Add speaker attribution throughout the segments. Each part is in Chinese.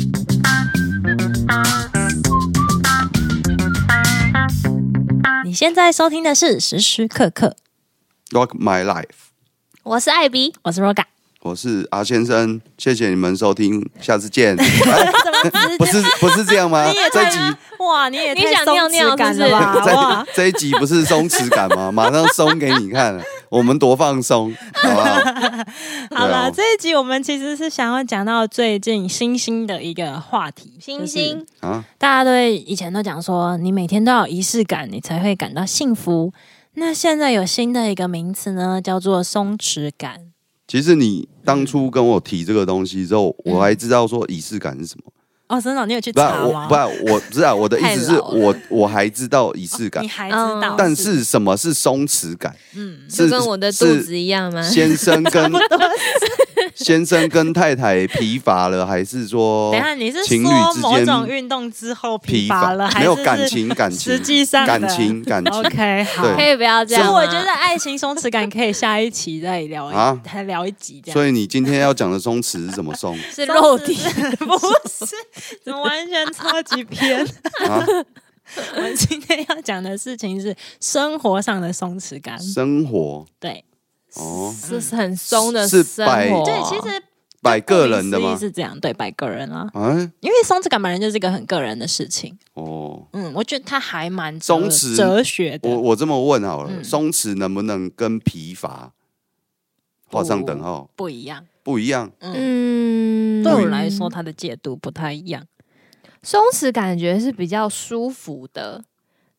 Speaker 1: 现在收听的是时时刻刻，
Speaker 2: Rock My Life，
Speaker 3: 我是艾比，
Speaker 1: 我是 Roga。
Speaker 2: 我是阿先生，谢谢你们收听，下 次见。哎
Speaker 1: 怎么直
Speaker 2: 不是不是这样吗？这集
Speaker 1: 哇，你也
Speaker 3: 你
Speaker 1: 太
Speaker 3: 想
Speaker 1: 松
Speaker 3: 尿
Speaker 1: 弛
Speaker 3: 尿
Speaker 1: 感
Speaker 3: 是不
Speaker 1: 了
Speaker 3: 是
Speaker 1: 吧？哇
Speaker 2: 这，这一集不是松弛感吗？马上松给你看，我们多放松，好不好？
Speaker 1: 好
Speaker 2: 对
Speaker 1: 了，
Speaker 2: 啊
Speaker 1: 这一集我们其实是想要讲到最近新兴的一个话题，
Speaker 3: 星星，
Speaker 2: 啊，
Speaker 1: 大家对以前都讲说，你每天都要有仪式感，你才会感到幸福。那现在有新的一个名词呢，叫做松弛感。
Speaker 2: 其实你当初跟我提这个东西之后，我还知道说仪式感是什么。
Speaker 1: 哦，真嗯的，你有去
Speaker 2: 不然
Speaker 1: 查
Speaker 2: 我
Speaker 1: 吗？
Speaker 2: 不然我不是啊，我的意
Speaker 1: 太
Speaker 2: 思是
Speaker 1: 老了哦
Speaker 2: 我我还知道仪式感
Speaker 1: 你，还知道？
Speaker 3: 嗯
Speaker 2: 但是什么是松弛感？
Speaker 1: 嗯，
Speaker 3: 就跟我的肚子一样吗？
Speaker 2: 先生 跟先生跟太太疲乏了，还是说
Speaker 1: 等一下你是
Speaker 2: 情侣
Speaker 1: 说
Speaker 2: 之
Speaker 1: 某
Speaker 2: 间
Speaker 1: 种运动之后疲
Speaker 2: 疲
Speaker 1: 乏了，还
Speaker 2: 没有
Speaker 1: 是
Speaker 2: 感
Speaker 1: 是
Speaker 2: 情感
Speaker 1: 实
Speaker 2: 情
Speaker 1: 际上的
Speaker 2: 感情感情
Speaker 1: OK，好。
Speaker 2: 对
Speaker 3: 可以不要这
Speaker 1: 所以
Speaker 3: 样吗
Speaker 1: 我觉得爱情松弛感可以下一期再聊一，
Speaker 2: 啊
Speaker 1: 再聊一集这样。
Speaker 2: 所以你今天要讲的松弛是怎 么松
Speaker 3: 是肉体，
Speaker 1: 不是，怎么完全超级偏？
Speaker 2: 啊？
Speaker 1: 我们今天要讲的事情是生活上的松弛感。
Speaker 2: 生活
Speaker 1: 对
Speaker 2: 哦，
Speaker 3: 是很松的
Speaker 2: 是
Speaker 3: 生
Speaker 2: 百
Speaker 3: 活。
Speaker 1: 对，其实
Speaker 2: 百个人的
Speaker 1: 顾名
Speaker 2: 吗
Speaker 1: 思义？是这样，对，百个人啊，
Speaker 2: 啊，
Speaker 1: 因为松弛感本来就是一个很个人的事情。
Speaker 2: 哦，
Speaker 1: 嗯，我觉得它还蛮哲
Speaker 2: 松弛
Speaker 1: 哲学的
Speaker 2: 我。我这么问好了，
Speaker 1: 嗯
Speaker 2: 松弛能不能跟疲乏画上等号？
Speaker 1: 不一样。
Speaker 2: 不一样，
Speaker 1: 嗯
Speaker 3: 嗯
Speaker 1: 对我来说，，它的解读不太一样。
Speaker 3: 松弛感觉是比较舒服的，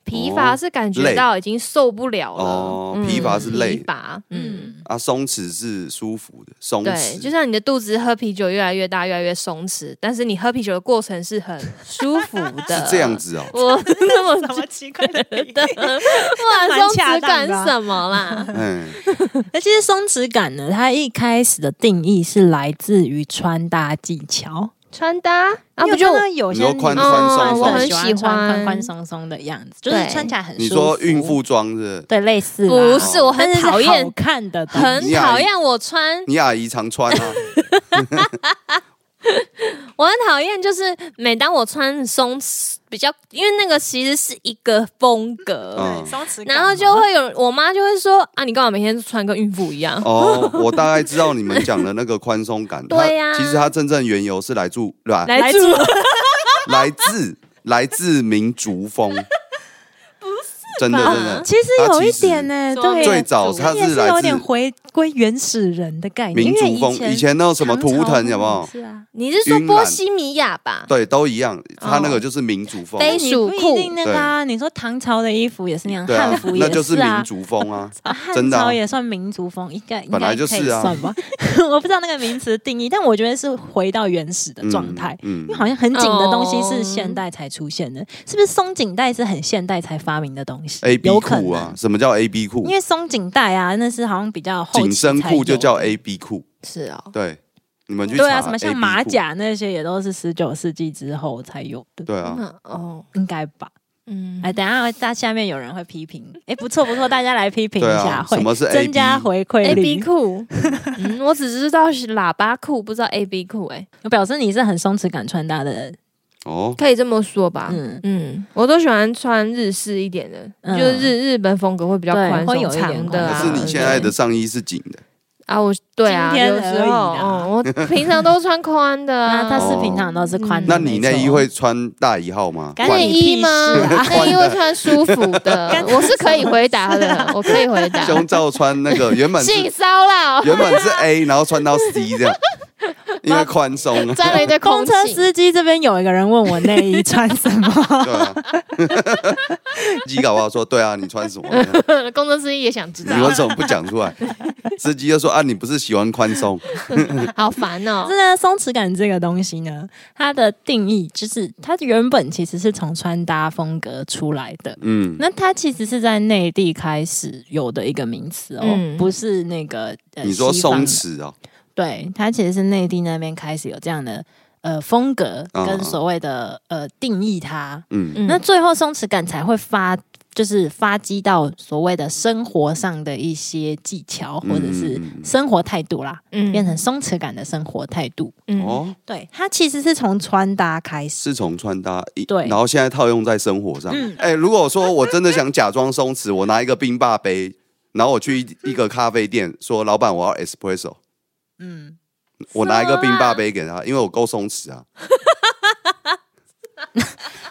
Speaker 3: 疲
Speaker 2: 哦
Speaker 3: 乏是感觉
Speaker 2: 累
Speaker 3: 到已经受不了了。
Speaker 2: 哦
Speaker 3: 嗯
Speaker 2: 疲乏是累
Speaker 3: 疲乏，嗯。
Speaker 1: 嗯，
Speaker 2: 啊，松弛是舒服的，松
Speaker 3: 对，
Speaker 2: 弛
Speaker 3: 就像你的肚子喝啤酒越来越大，越来越松弛，但是你喝啤酒的过程是很舒服 的。
Speaker 2: 是这样，子哦。
Speaker 3: 我 这么
Speaker 1: 什么奇怪的比 喻？
Speaker 3: 觉得，哇，
Speaker 1: 蛮
Speaker 3: 松
Speaker 1: 恰
Speaker 3: 弛
Speaker 1: 当
Speaker 3: 感
Speaker 1: 的啊
Speaker 3: 什么啦？
Speaker 2: 嗯，
Speaker 1: 那其实松弛感呢，它一开始的定义是来自于穿搭技巧。
Speaker 3: 穿搭啊，
Speaker 1: 你有
Speaker 3: 不就
Speaker 1: 看到有些
Speaker 2: 你说
Speaker 1: 女
Speaker 2: 宽
Speaker 1: 生
Speaker 2: 宽松
Speaker 1: 是
Speaker 2: 松
Speaker 1: 很
Speaker 3: 我很喜
Speaker 1: 穿
Speaker 3: 欢
Speaker 1: 宽宽松松的样子，就是
Speaker 3: 对
Speaker 1: 穿起来很舒服。
Speaker 2: 你说孕妇装是 不是？
Speaker 1: 对类似啦
Speaker 3: 不是？我
Speaker 1: 啊但
Speaker 3: 很
Speaker 1: 是是
Speaker 3: 讨
Speaker 1: 好
Speaker 3: 厌，
Speaker 1: 看的东西，
Speaker 2: 嗯
Speaker 3: 很讨厌我穿，
Speaker 2: 你阿姨常穿 啊，
Speaker 3: 我很讨厌，就是每当我穿松弛比较，因为那个其实是一个风格。
Speaker 2: 嗯
Speaker 1: 松弛感
Speaker 3: 然后就会有我妈就会说啊，你干嘛每天穿跟孕妇一样？
Speaker 2: 哦，我大概知道你们讲的那个宽松感。它
Speaker 3: 对呀
Speaker 2: 其实它真正缘由是来自来
Speaker 3: 来
Speaker 1: 来住啊
Speaker 3: 住
Speaker 2: 来自来自民 族风，不是真的真的，
Speaker 1: 其实
Speaker 2: 它
Speaker 1: 有一
Speaker 2: 其实
Speaker 1: 点呢，
Speaker 3: 说
Speaker 1: 对，
Speaker 2: 最早它
Speaker 1: 它也
Speaker 2: 是
Speaker 1: 是
Speaker 2: 来
Speaker 1: 有
Speaker 2: 自
Speaker 1: 点回归原始人的概念，
Speaker 2: 民
Speaker 1: 因为
Speaker 2: 族风，以前那有什么图腾有没有？
Speaker 1: 是啊，
Speaker 3: 你是说
Speaker 2: 云南
Speaker 3: 波西米亚吧？
Speaker 2: 对，都一样，它那个
Speaker 3: 哦
Speaker 2: 就是民族风，
Speaker 3: 非
Speaker 1: 你
Speaker 3: 属
Speaker 1: 不一
Speaker 3: 裤
Speaker 1: 定那个啊，你说唐朝的衣服也是那样，
Speaker 2: 对
Speaker 1: 汉
Speaker 2: 啊
Speaker 1: 服，也
Speaker 2: 那就是
Speaker 1: 啊
Speaker 2: 民，族风啊，
Speaker 1: 啊汉
Speaker 2: 真的啊
Speaker 1: 朝也算民族风，应该应该
Speaker 2: 本来就是啊
Speaker 1: 可以算吧。 我不知道那个名词定义，但我觉得是回到原始的 状态。
Speaker 2: 嗯
Speaker 1: 因为好像很紧的东西
Speaker 3: 哦
Speaker 1: 是现代才出现的，是不是松紧带是很现代才发明的东西
Speaker 2: A B
Speaker 1: 有可
Speaker 2: 裤啊
Speaker 1: 能，，
Speaker 2: 什么叫 A B 裤
Speaker 1: 因？为松紧带啊，那是好像比较后期
Speaker 2: 紧身
Speaker 1: 才有
Speaker 2: 裤就叫
Speaker 1: 的
Speaker 2: A B 裤，
Speaker 3: 是哦，
Speaker 2: 对，你们去
Speaker 1: 对啊，
Speaker 2: 查
Speaker 1: 什么
Speaker 2: AB
Speaker 1: 像
Speaker 2: 裤
Speaker 1: 马，甲那些也都是十九世纪之后才有的，
Speaker 2: 对啊，
Speaker 3: 那哦，
Speaker 1: 应该吧？
Speaker 3: 嗯
Speaker 1: 哎，等一下在下面有人会批评，哎，不错不错，大家来批评一
Speaker 2: 对啊
Speaker 1: 下，会
Speaker 2: 什么是 AB
Speaker 1: 增加回馈
Speaker 3: ，A
Speaker 1: 率
Speaker 3: B 裤，嗯，我只知道是喇叭裤，不知道 A B 裤，哎，
Speaker 1: 我表示你是很松弛感穿搭的人，
Speaker 2: 哦，
Speaker 3: 可以这么说吧？
Speaker 1: 嗯
Speaker 3: 嗯我都喜欢穿日式一点的，
Speaker 1: 嗯
Speaker 3: 就是日日本风格会比较
Speaker 1: 对
Speaker 3: 宽
Speaker 1: 会有
Speaker 3: 松
Speaker 1: 一点
Speaker 3: 长
Speaker 1: 宽
Speaker 3: 的、
Speaker 2: 可
Speaker 3: 啊。
Speaker 2: 是你现在的
Speaker 3: 对
Speaker 2: 上衣是紧的，
Speaker 3: 啊，我对啊，
Speaker 1: 今天
Speaker 3: 有时
Speaker 1: 而已
Speaker 3: 候
Speaker 1: 啦
Speaker 3: 嗯，我平常都穿宽的
Speaker 1: 啊，
Speaker 3: 啊。
Speaker 1: 他是
Speaker 2: 哦
Speaker 1: 平常都是宽的，
Speaker 2: 那你内衣会穿大一号吗？
Speaker 1: 嗯赶紧
Speaker 3: 内衣吗
Speaker 1: 关你屁？啊
Speaker 3: 内衣会穿舒服的
Speaker 1: 干，
Speaker 3: 我是可以回答 的，我可以回
Speaker 1: 啊
Speaker 3: 答。
Speaker 2: 胸罩穿那个原本是
Speaker 3: 性骚扰，
Speaker 2: 原本是 A，然后穿到 C 这样，因为宽松啊，
Speaker 3: 沾了一堆
Speaker 1: 公
Speaker 3: 空
Speaker 1: 车
Speaker 3: 气。
Speaker 1: 司机这边有一个人问我内衣穿什么，
Speaker 2: 对啊。 机搞不好说，对啊，你穿什么？
Speaker 3: 工作司机也想知
Speaker 1: 啊
Speaker 2: 你为
Speaker 3: 道，
Speaker 2: 什么不讲出来？司机就说啊，你不是喜欢宽松？
Speaker 3: 好烦哦、
Speaker 1: 是呢，松弛感这个东西呢，它的定义就是它原本其实是从穿搭风格出来的。
Speaker 2: 嗯，
Speaker 1: 那它其实是在内地开始有的一个名词哦，
Speaker 3: 嗯
Speaker 1: 不是 那个、呃、
Speaker 2: 你说
Speaker 1: 西方
Speaker 2: 松
Speaker 1: 的
Speaker 2: 弛哦，
Speaker 1: 对，它其实是内地那边开始有这样的呃风格
Speaker 2: 嗯
Speaker 1: 跟所谓的呃定义它，
Speaker 2: 嗯，
Speaker 3: 嗯
Speaker 1: 那最后松弛感才会发就是发迹到所谓的生活上的一些技巧，或者是
Speaker 2: 嗯嗯嗯
Speaker 1: 生活态度啦，
Speaker 3: 嗯
Speaker 1: 变成松弛感的生活态度。
Speaker 3: 嗯
Speaker 2: 哦，
Speaker 1: 对，它其实是从穿搭开始。
Speaker 2: 是从穿搭，一
Speaker 1: 对
Speaker 2: 然后现在套用在生活上。
Speaker 1: 嗯
Speaker 2: 哎、如果说我真的想假装松弛，我拿一个冰霸杯，然后我去一一个咖啡店说，老板我要
Speaker 1: 啊
Speaker 2: espresso，
Speaker 1: 嗯，
Speaker 2: 我拿一个
Speaker 3: 什么啊
Speaker 2: 冰霸杯给他，因为我够松 弛啊。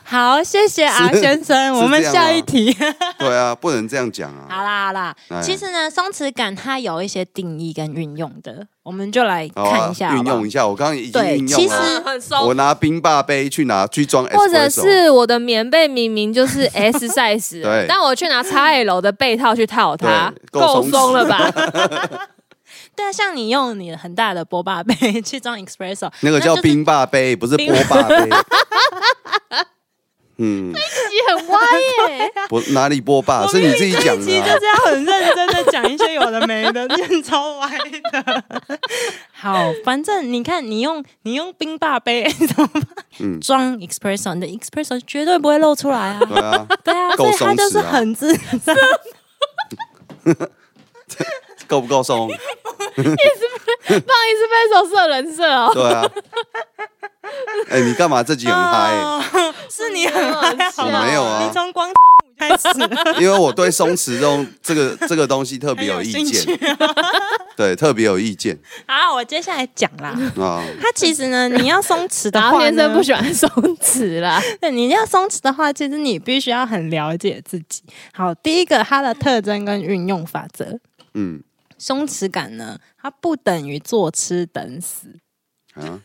Speaker 1: 好，谢谢阿
Speaker 2: 是
Speaker 1: 先生，
Speaker 2: 是
Speaker 1: 我们
Speaker 2: 这样
Speaker 1: 下一
Speaker 2: 吗
Speaker 1: 题。
Speaker 2: 对啊，不能这样讲啊。
Speaker 1: 好啦好啦，
Speaker 2: 哎
Speaker 1: 其实呢，松弛感它有一些定义跟运用的，我们就来
Speaker 2: 好啊
Speaker 1: 看一下好
Speaker 2: 运
Speaker 1: 不好
Speaker 2: 用一下，我刚刚已经
Speaker 1: 对
Speaker 2: 运
Speaker 1: 其
Speaker 2: 用
Speaker 1: 实
Speaker 2: 了。啊
Speaker 3: 很松
Speaker 2: 我拿冰霸杯去拿去装 espresso，
Speaker 3: 或者是我的棉被明明就是 S size，
Speaker 2: 对
Speaker 3: 但我去拿 XL 的被套去套它，
Speaker 2: 对
Speaker 3: 够
Speaker 2: 够
Speaker 3: 松
Speaker 2: 松
Speaker 3: 了 吧？
Speaker 1: 对啊，像你用你的很大的波霸杯 去装 espresso，
Speaker 2: 那个叫
Speaker 1: 就是
Speaker 2: 冰霸杯，不是波霸杯。 嗯，
Speaker 3: 你很歪耶，
Speaker 2: 不哪里波霸是你自己讲
Speaker 1: 其
Speaker 2: 的、
Speaker 1: 实
Speaker 2: 啊
Speaker 1: 就。是要很认真的讲一些有的没的， 念超歪的。 好，反正你看，你用你用冰霸杯 怎么办
Speaker 2: 嗯
Speaker 1: 装 espresso，你的 espresso 绝对不会露出来 啊。
Speaker 2: 对啊，
Speaker 1: 对啊，所
Speaker 2: 够
Speaker 1: 以它
Speaker 2: 松
Speaker 1: 就是
Speaker 2: 弛啊
Speaker 1: 很自然。
Speaker 2: 够不够松？
Speaker 3: 不好意思，被手色人设哦，
Speaker 2: 对 啊。哎、你干嘛自己很嗨、
Speaker 1: 哦 是你很嗨好吗
Speaker 2: 我没有啊
Speaker 1: 你从光开始啊
Speaker 2: 因为我对松弛这种这个这个东西特别有意
Speaker 1: 很有兴
Speaker 2: 见，对，特别有意见
Speaker 1: 好，我接下来讲啦。
Speaker 2: 啊。
Speaker 1: 它其实呢，你要松弛的
Speaker 3: 然后
Speaker 1: 话
Speaker 3: 先
Speaker 1: 呢
Speaker 3: 生不喜欢松弛啦，
Speaker 1: 对，你要松弛的话，其实你必须要很了解自己。好，第一个它的特征跟运用法则，
Speaker 2: 嗯
Speaker 1: 松弛感呢，它不等于坐吃等死，
Speaker 2: 啊，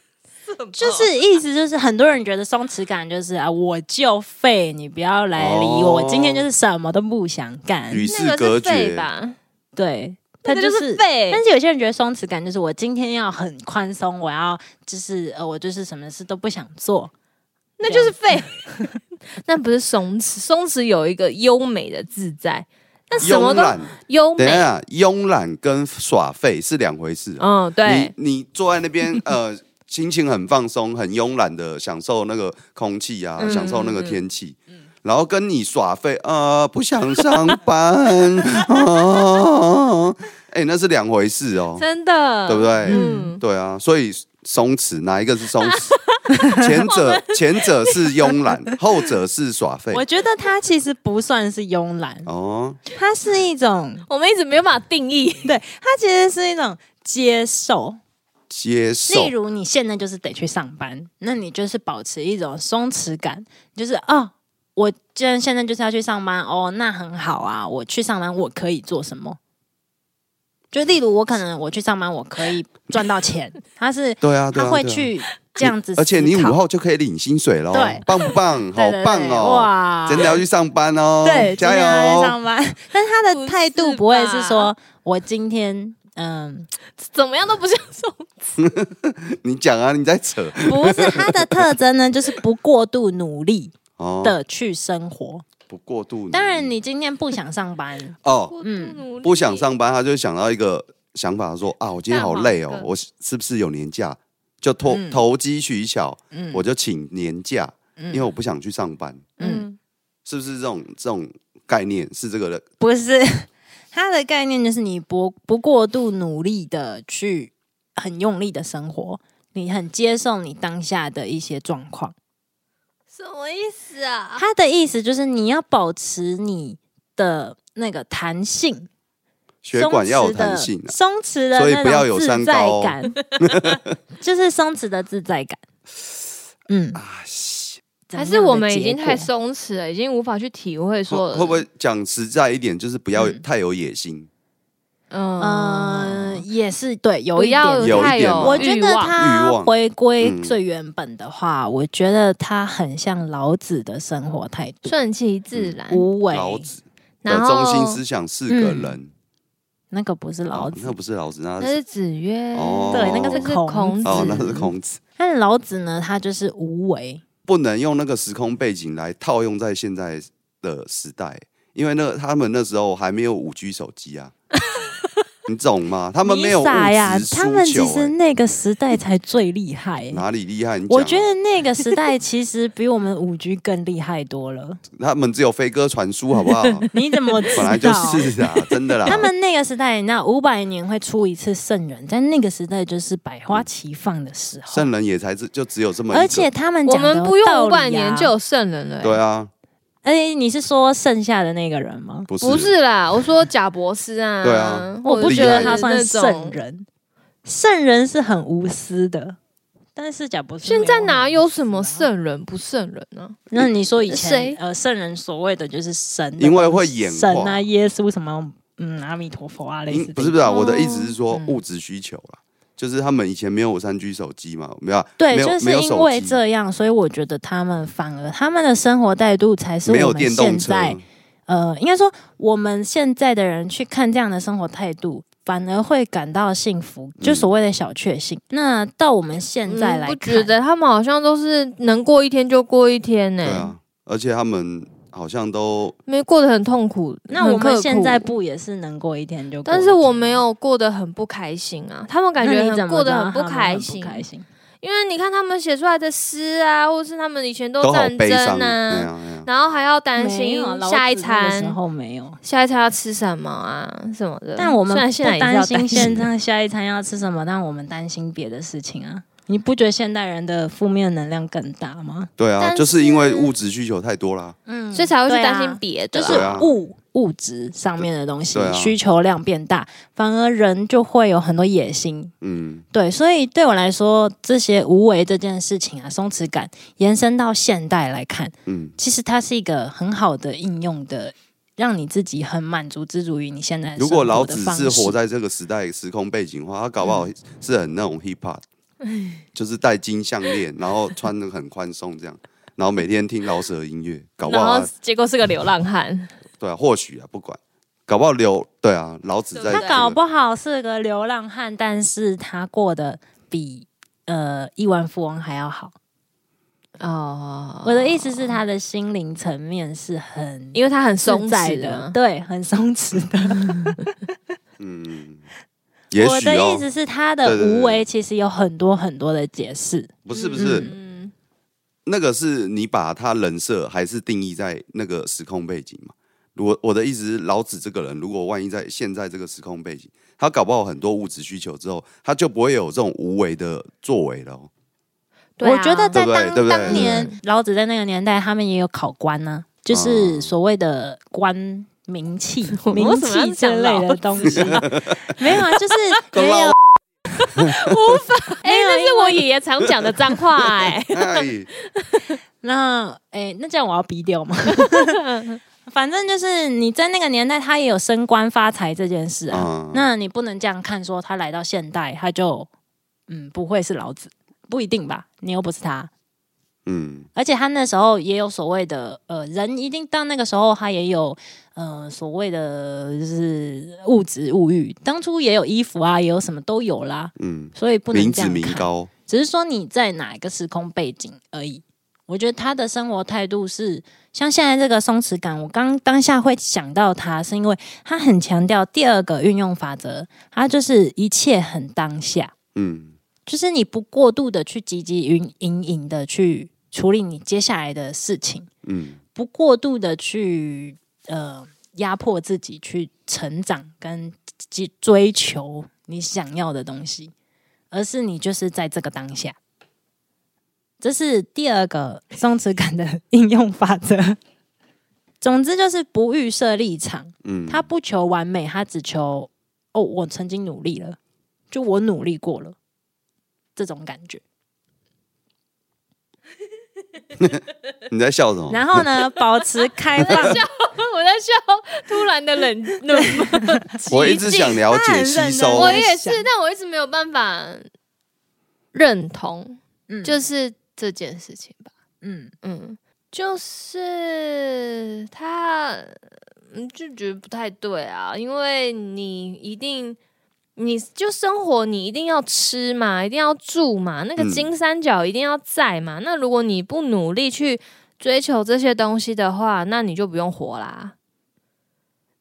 Speaker 1: 就是意思就是很多人觉得松弛感就是啊，我就废，你不要来理我，我今天就是什么都不想干，
Speaker 2: 与
Speaker 3: 哎那
Speaker 2: 世
Speaker 3: 个
Speaker 2: 隔
Speaker 3: 是废
Speaker 2: 绝，
Speaker 3: 吧？
Speaker 1: 对。他
Speaker 3: 那个就是是废
Speaker 1: 但是有些人觉得松弛感就是我今天要很宽松，我要就是呃，我就是什么事都不想做，
Speaker 3: 那就是 废，那不是松弛，松弛有一个优美的自在，那什么
Speaker 2: 慵
Speaker 3: 都
Speaker 2: 懒。
Speaker 3: 优
Speaker 2: 等一
Speaker 3: 美，
Speaker 2: 下，慵懒跟耍废是两回事、啊。
Speaker 3: 嗯，对，
Speaker 2: 你你坐在那边， 呃，心情很放松、很慵懒的享受那个空气啊，
Speaker 3: 嗯
Speaker 2: 享受那个天气。然后跟你耍废，呃，不想上班 啊，哎、那是两回事哦，
Speaker 3: 真的，
Speaker 2: 对不对？
Speaker 3: 嗯，
Speaker 2: 对啊，所以松弛哪一个是松弛？前者前者是 慵懒，后者是耍废
Speaker 1: 我。觉得它其实不算是慵懒，
Speaker 2: 哦，
Speaker 1: 它是一种
Speaker 3: 我们一直没有办法定义，
Speaker 1: 对，它其实是一种接受。
Speaker 2: 接受
Speaker 1: 例如，你现在就是得去上班，那你就是保持一种松弛感，就是哦，我既然现在就是要去上班，哦，那很好啊，我去上班我可以做什么？就例如，我可能我去上班，我可以赚到 钱，他是
Speaker 2: 对啊，对啊，
Speaker 1: 他会
Speaker 2: 对啊
Speaker 1: 去这样子思考，
Speaker 2: 而且你午后就可以领薪水喽
Speaker 1: 对，
Speaker 2: 棒不棒？
Speaker 1: 对
Speaker 2: 好
Speaker 1: 对
Speaker 2: 棒
Speaker 1: 对
Speaker 2: 哦！
Speaker 1: 哇，
Speaker 2: 真的要去上班哦，
Speaker 1: 对，
Speaker 2: 加
Speaker 1: 今天还在
Speaker 2: 油！
Speaker 1: 上班，但是他的态
Speaker 3: 不
Speaker 1: 度
Speaker 3: 是
Speaker 1: 不会是
Speaker 3: 吧
Speaker 1: 说我今天嗯。
Speaker 3: 怎么样都不像松弛，
Speaker 2: 你讲啊，你在扯
Speaker 1: 不是它的特征呢，就是不过度努力
Speaker 2: 哦，
Speaker 1: 的去生 活。
Speaker 2: 不过度努力。
Speaker 1: 当然，你今天不想上班，
Speaker 2: 哦，
Speaker 3: 嗯，
Speaker 2: 不想上班，他就想到一个想法说啊，我今天好累
Speaker 3: 蛋
Speaker 2: 哦
Speaker 3: 黄，哥
Speaker 2: 我是是不是有年假？就投
Speaker 1: 嗯
Speaker 2: 投机取巧，
Speaker 1: 嗯
Speaker 2: 我就请年假，因为我不想去上班，
Speaker 1: 嗯，
Speaker 3: 嗯，
Speaker 2: 是不是这种这种概念？是这个的
Speaker 1: 不是 它的概念就是你不不过度努力的去很用力的生活，你很接受你当下的一些状况。
Speaker 3: 什么意思啊？
Speaker 1: 它的意思就是你要保持你的那个弹性，
Speaker 2: 血管要有弹性啊。
Speaker 1: 松弛的
Speaker 2: 所以
Speaker 1: 那
Speaker 2: 不要
Speaker 1: 种
Speaker 2: 有
Speaker 1: 自
Speaker 2: 三
Speaker 1: 在
Speaker 2: 高哦
Speaker 1: 感， 就是松弛的自在感。嗯，
Speaker 2: 啊西
Speaker 1: 怎
Speaker 3: 还
Speaker 1: 样
Speaker 3: 是我
Speaker 1: 的
Speaker 3: 们已
Speaker 1: 结
Speaker 3: 经
Speaker 1: 果
Speaker 3: 太松弛了，已经无法去体会说
Speaker 2: 会会不会讲实在一点，就是不要
Speaker 1: 嗯
Speaker 2: 太有野心，
Speaker 3: 嗯，
Speaker 1: 嗯，也是对，有
Speaker 3: 不
Speaker 1: 一点。
Speaker 3: 要
Speaker 2: 有一
Speaker 3: 太
Speaker 2: 点
Speaker 3: 有
Speaker 2: 嘛
Speaker 1: 我觉
Speaker 3: 欲
Speaker 1: 得
Speaker 3: 望
Speaker 2: 欲
Speaker 1: 他
Speaker 2: 望
Speaker 1: 回归
Speaker 2: 嗯
Speaker 1: 最原本的话，我觉得他很像老子的生活态度，
Speaker 3: 顺其自然，
Speaker 1: 无为。
Speaker 2: 老子的
Speaker 3: 然后
Speaker 2: 嗯中心思想是个
Speaker 1: 嗯
Speaker 2: 人，
Speaker 1: 那个不是老
Speaker 2: 哦
Speaker 1: 子，
Speaker 2: 那不是老子，那
Speaker 3: 那
Speaker 2: 是
Speaker 3: 是子曰，
Speaker 2: 哦
Speaker 1: 对那个是
Speaker 3: 是
Speaker 1: 孔
Speaker 3: 孔
Speaker 1: 子
Speaker 2: 哦，那
Speaker 3: 子，
Speaker 2: 是孔子，
Speaker 1: 但是老子呢，他就是无为。
Speaker 2: 不能用那个时空背景来套用在现在 的时代，因为那他们那时候还没有五 G 手机啊，你懂吗？他们没有物
Speaker 1: 你傻呀
Speaker 2: 质，
Speaker 1: 他们
Speaker 2: 需
Speaker 1: 其
Speaker 2: 求、
Speaker 1: 实
Speaker 2: 欸，
Speaker 1: 那个时代才最厉 害、欸。
Speaker 2: 哪里厉害？你讲啊
Speaker 1: 我觉得那个时代其实比我们五 G 更厉害多 了。
Speaker 2: 他们只有飞鸽传书，好 不好？
Speaker 1: 你怎么知
Speaker 2: 本来
Speaker 1: 道？
Speaker 2: 就 是啊，真的啦。
Speaker 1: 他们那个时代，你知道五百年会出一次圣人，在那个时代就是百花齐放的时候，
Speaker 2: 圣人也才只就只有这么一个，
Speaker 1: 而且他们
Speaker 3: 我
Speaker 1: 讲的
Speaker 3: 们不用五百
Speaker 1: 道理啊
Speaker 3: 年就。有圣人了、欸
Speaker 2: 对啊，
Speaker 1: 哎、你是说剩下的那个人吗？
Speaker 2: 不是
Speaker 3: 不是啦，我说贾博士啊，
Speaker 2: 对啊
Speaker 1: 我不觉得他算
Speaker 3: 是那
Speaker 1: 圣
Speaker 3: 种。
Speaker 1: 人，圣人是很无私的，但是贾博士
Speaker 3: 现在哪有什么
Speaker 1: 圣？
Speaker 3: 圣人不圣人呢、
Speaker 1: 啊那你说以前
Speaker 3: 谁
Speaker 1: 呃圣人所谓的就是神的东西，
Speaker 2: 因为会演化
Speaker 1: 神啊、耶稣什么，嗯，阿弥陀佛啊，类似
Speaker 2: 因
Speaker 1: 的
Speaker 2: 不是不是啊，我的意思是说
Speaker 3: 嗯
Speaker 2: 物质需求啦，就是他们以前没有三 G 手机嘛，没有啊
Speaker 1: 对，
Speaker 2: 没有
Speaker 1: 就是
Speaker 2: 没有
Speaker 1: 因为
Speaker 2: 手机，
Speaker 1: 这样，所以我觉得他们反而他们的生活态度才是
Speaker 2: 没
Speaker 1: 我
Speaker 2: 有
Speaker 1: 们
Speaker 2: 电动
Speaker 1: 现
Speaker 2: 车，
Speaker 1: 在呃，应该说我们现在的人去看这样的生活态度。反而会感到幸福，就所谓的小确幸。那到我们现在来
Speaker 3: 嗯不
Speaker 1: 看，
Speaker 3: 觉得他们好像都是能过一天就过一天呢、
Speaker 2: 对啊，而且他们好像都
Speaker 3: 没过得很痛苦。
Speaker 1: 那我
Speaker 3: 很刻
Speaker 1: 们
Speaker 3: 苦
Speaker 1: 现在，不也是能过一天就过一天？
Speaker 3: 但是我没有过得很不开心啊。他们感
Speaker 1: 那
Speaker 3: 觉
Speaker 1: 你怎
Speaker 3: 很
Speaker 1: 么
Speaker 3: 过
Speaker 1: 知
Speaker 3: 得
Speaker 1: 道
Speaker 3: 很不
Speaker 1: 他们
Speaker 3: 开心，
Speaker 1: 开心。
Speaker 3: 因为你看他们写出来的诗啊，或是他们以前都
Speaker 2: 都好
Speaker 3: 战
Speaker 2: 悲伤，
Speaker 3: 争
Speaker 2: 对
Speaker 3: 啊，
Speaker 2: 啊，对啊
Speaker 3: 然后还要担
Speaker 1: 没
Speaker 3: 心
Speaker 1: 有啊老
Speaker 3: 下一
Speaker 1: 子那个时
Speaker 3: 餐，
Speaker 1: 候没有，
Speaker 3: 下一餐要吃什么啊什么的。
Speaker 1: 但我们
Speaker 3: 虽然
Speaker 1: 不
Speaker 3: 现在也是要
Speaker 1: 担心
Speaker 3: 担
Speaker 1: 现在下一餐要吃什么，但我们担心别的事情啊。你不觉得现代人的负面能量更大吗？
Speaker 2: 对啊，
Speaker 3: 但
Speaker 2: 就是因为
Speaker 3: 是
Speaker 2: 物质需求太多啦，
Speaker 1: 嗯
Speaker 3: 所以才会去担心别的
Speaker 1: 就
Speaker 3: 啊。
Speaker 1: 是
Speaker 2: 对啊
Speaker 1: 物物质上面的东西
Speaker 2: 对啊
Speaker 1: 需求量变大，反而人就会有很多野心。
Speaker 2: 嗯，
Speaker 1: 对，所以对我来说，这些无为这件事情啊，松弛感延伸到现代来看，
Speaker 2: 嗯，
Speaker 1: 其实它是一个很好的应用的，让你自己很满足、知足于你现在的
Speaker 2: 如果
Speaker 1: 生活
Speaker 2: 老
Speaker 1: 的
Speaker 2: 子
Speaker 1: 方
Speaker 2: 是
Speaker 1: 式嗯
Speaker 2: 活在这个时代时空背景的话，他搞不好是很那种 hip hop，就是戴金项链，然后穿的很宽松这样，然后每天听老舍音乐，搞不
Speaker 3: 然
Speaker 2: 好啊
Speaker 3: 后
Speaker 2: 他
Speaker 3: 结果是个流浪汉，
Speaker 2: 对啊，或许啊，不管，搞不好留对啊，老子在
Speaker 3: 对
Speaker 1: 他
Speaker 2: 这
Speaker 1: 搞
Speaker 2: 个
Speaker 1: 不好是个流浪汉，但是他过得比呃亿万富翁还要好。
Speaker 3: 哦
Speaker 1: 我的意思是，他的心灵层面是很
Speaker 3: 因为他很松
Speaker 1: 自在
Speaker 3: 弛
Speaker 1: 的，
Speaker 3: 啊。
Speaker 1: 对，很松弛的。
Speaker 2: 嗯， 也
Speaker 1: 我
Speaker 2: 许
Speaker 1: 的意
Speaker 2: 哦，
Speaker 1: 思是，他
Speaker 2: 对
Speaker 1: 的
Speaker 2: 对对
Speaker 1: 无为其实有很多很多的解释。
Speaker 2: 不是不是，
Speaker 3: 嗯，
Speaker 2: 那个是你把他人设还是定义在那个时空背景嘛？我我的意思是，老子这个人，如果万一在现在这个时空背景，他搞不好很多物质需求之后，他就不会有这种无为的作为了 哦。
Speaker 3: 对啊
Speaker 1: 我觉得在
Speaker 2: 对不
Speaker 1: 当
Speaker 2: 对对不对
Speaker 1: 当年
Speaker 3: 嗯
Speaker 1: 老子在那个年代，他们也有考官呢、就是所谓的官。名气、
Speaker 3: 我
Speaker 1: 名
Speaker 3: 为什么要
Speaker 1: 气之
Speaker 3: 讲
Speaker 1: 类
Speaker 3: 老
Speaker 1: 的东 西，没有啊，就是也
Speaker 2: 跟
Speaker 1: 有
Speaker 2: 老
Speaker 3: 无法，哎，
Speaker 1: 没有
Speaker 3: 那是
Speaker 1: 因为
Speaker 3: 我爷爷常讲的脏话，哎，
Speaker 2: 哎，
Speaker 1: 那诶、那这样我要逼掉吗？ 反正就是你在那个年代，他也有升官发财这件事啊。
Speaker 2: 嗯，
Speaker 1: 那你不能这样看，说他来到现代，他就嗯不会是老子，不一定吧？你又不是他，
Speaker 2: 嗯，
Speaker 1: 而且他那时候也有所谓的呃人，一定到那个时候他也有呃所谓的就是物质物欲，当初也有衣服啊，也有什么都有啦，
Speaker 2: 嗯，
Speaker 1: 所以不能
Speaker 2: 民
Speaker 1: 这
Speaker 2: 脂
Speaker 1: 样
Speaker 2: 民
Speaker 1: 看。
Speaker 2: 膏，
Speaker 1: 只是说你在哪一个时空背景而已。我觉得他的生活态度是像现在这个松弛感，我刚当下会想到他，是因为他很强调第二个运用法则，他就是一切很当下，
Speaker 2: 嗯，
Speaker 1: 就是你不过度的去汲汲营营营的去处理你接下来的事情，
Speaker 2: 嗯，
Speaker 1: 不过度的去呃压迫自己去成长跟追追求你想要的东西，而是你就是在这个当下。这是第二个松弛感的 应用法则。总之就是不预设立场，
Speaker 2: 嗯，
Speaker 1: 他不求完美，他只求哦，我曾经努力了，就我努力过了，这种感觉。
Speaker 2: 你在笑什么？
Speaker 1: 然后呢，保持开放，
Speaker 3: 我在笑，突然的冷冷，
Speaker 2: 我一直想了
Speaker 1: 他
Speaker 2: 解
Speaker 1: 很认
Speaker 2: 吸
Speaker 1: 真
Speaker 2: 收
Speaker 1: 我
Speaker 3: 我
Speaker 1: 也
Speaker 3: 也是
Speaker 1: 想，
Speaker 3: 但我一直没有办法认同，
Speaker 1: 嗯
Speaker 3: 就是这件事情吧。
Speaker 1: 嗯，
Speaker 3: 嗯，就是他，嗯，就觉得不太对啊，因为你一定，你就生活，你一定要吃嘛，一定要住嘛，那个
Speaker 2: 嗯
Speaker 3: 金三角一定要在嘛。那如果你不努力去追求这些东西的话，那你就不用活啦。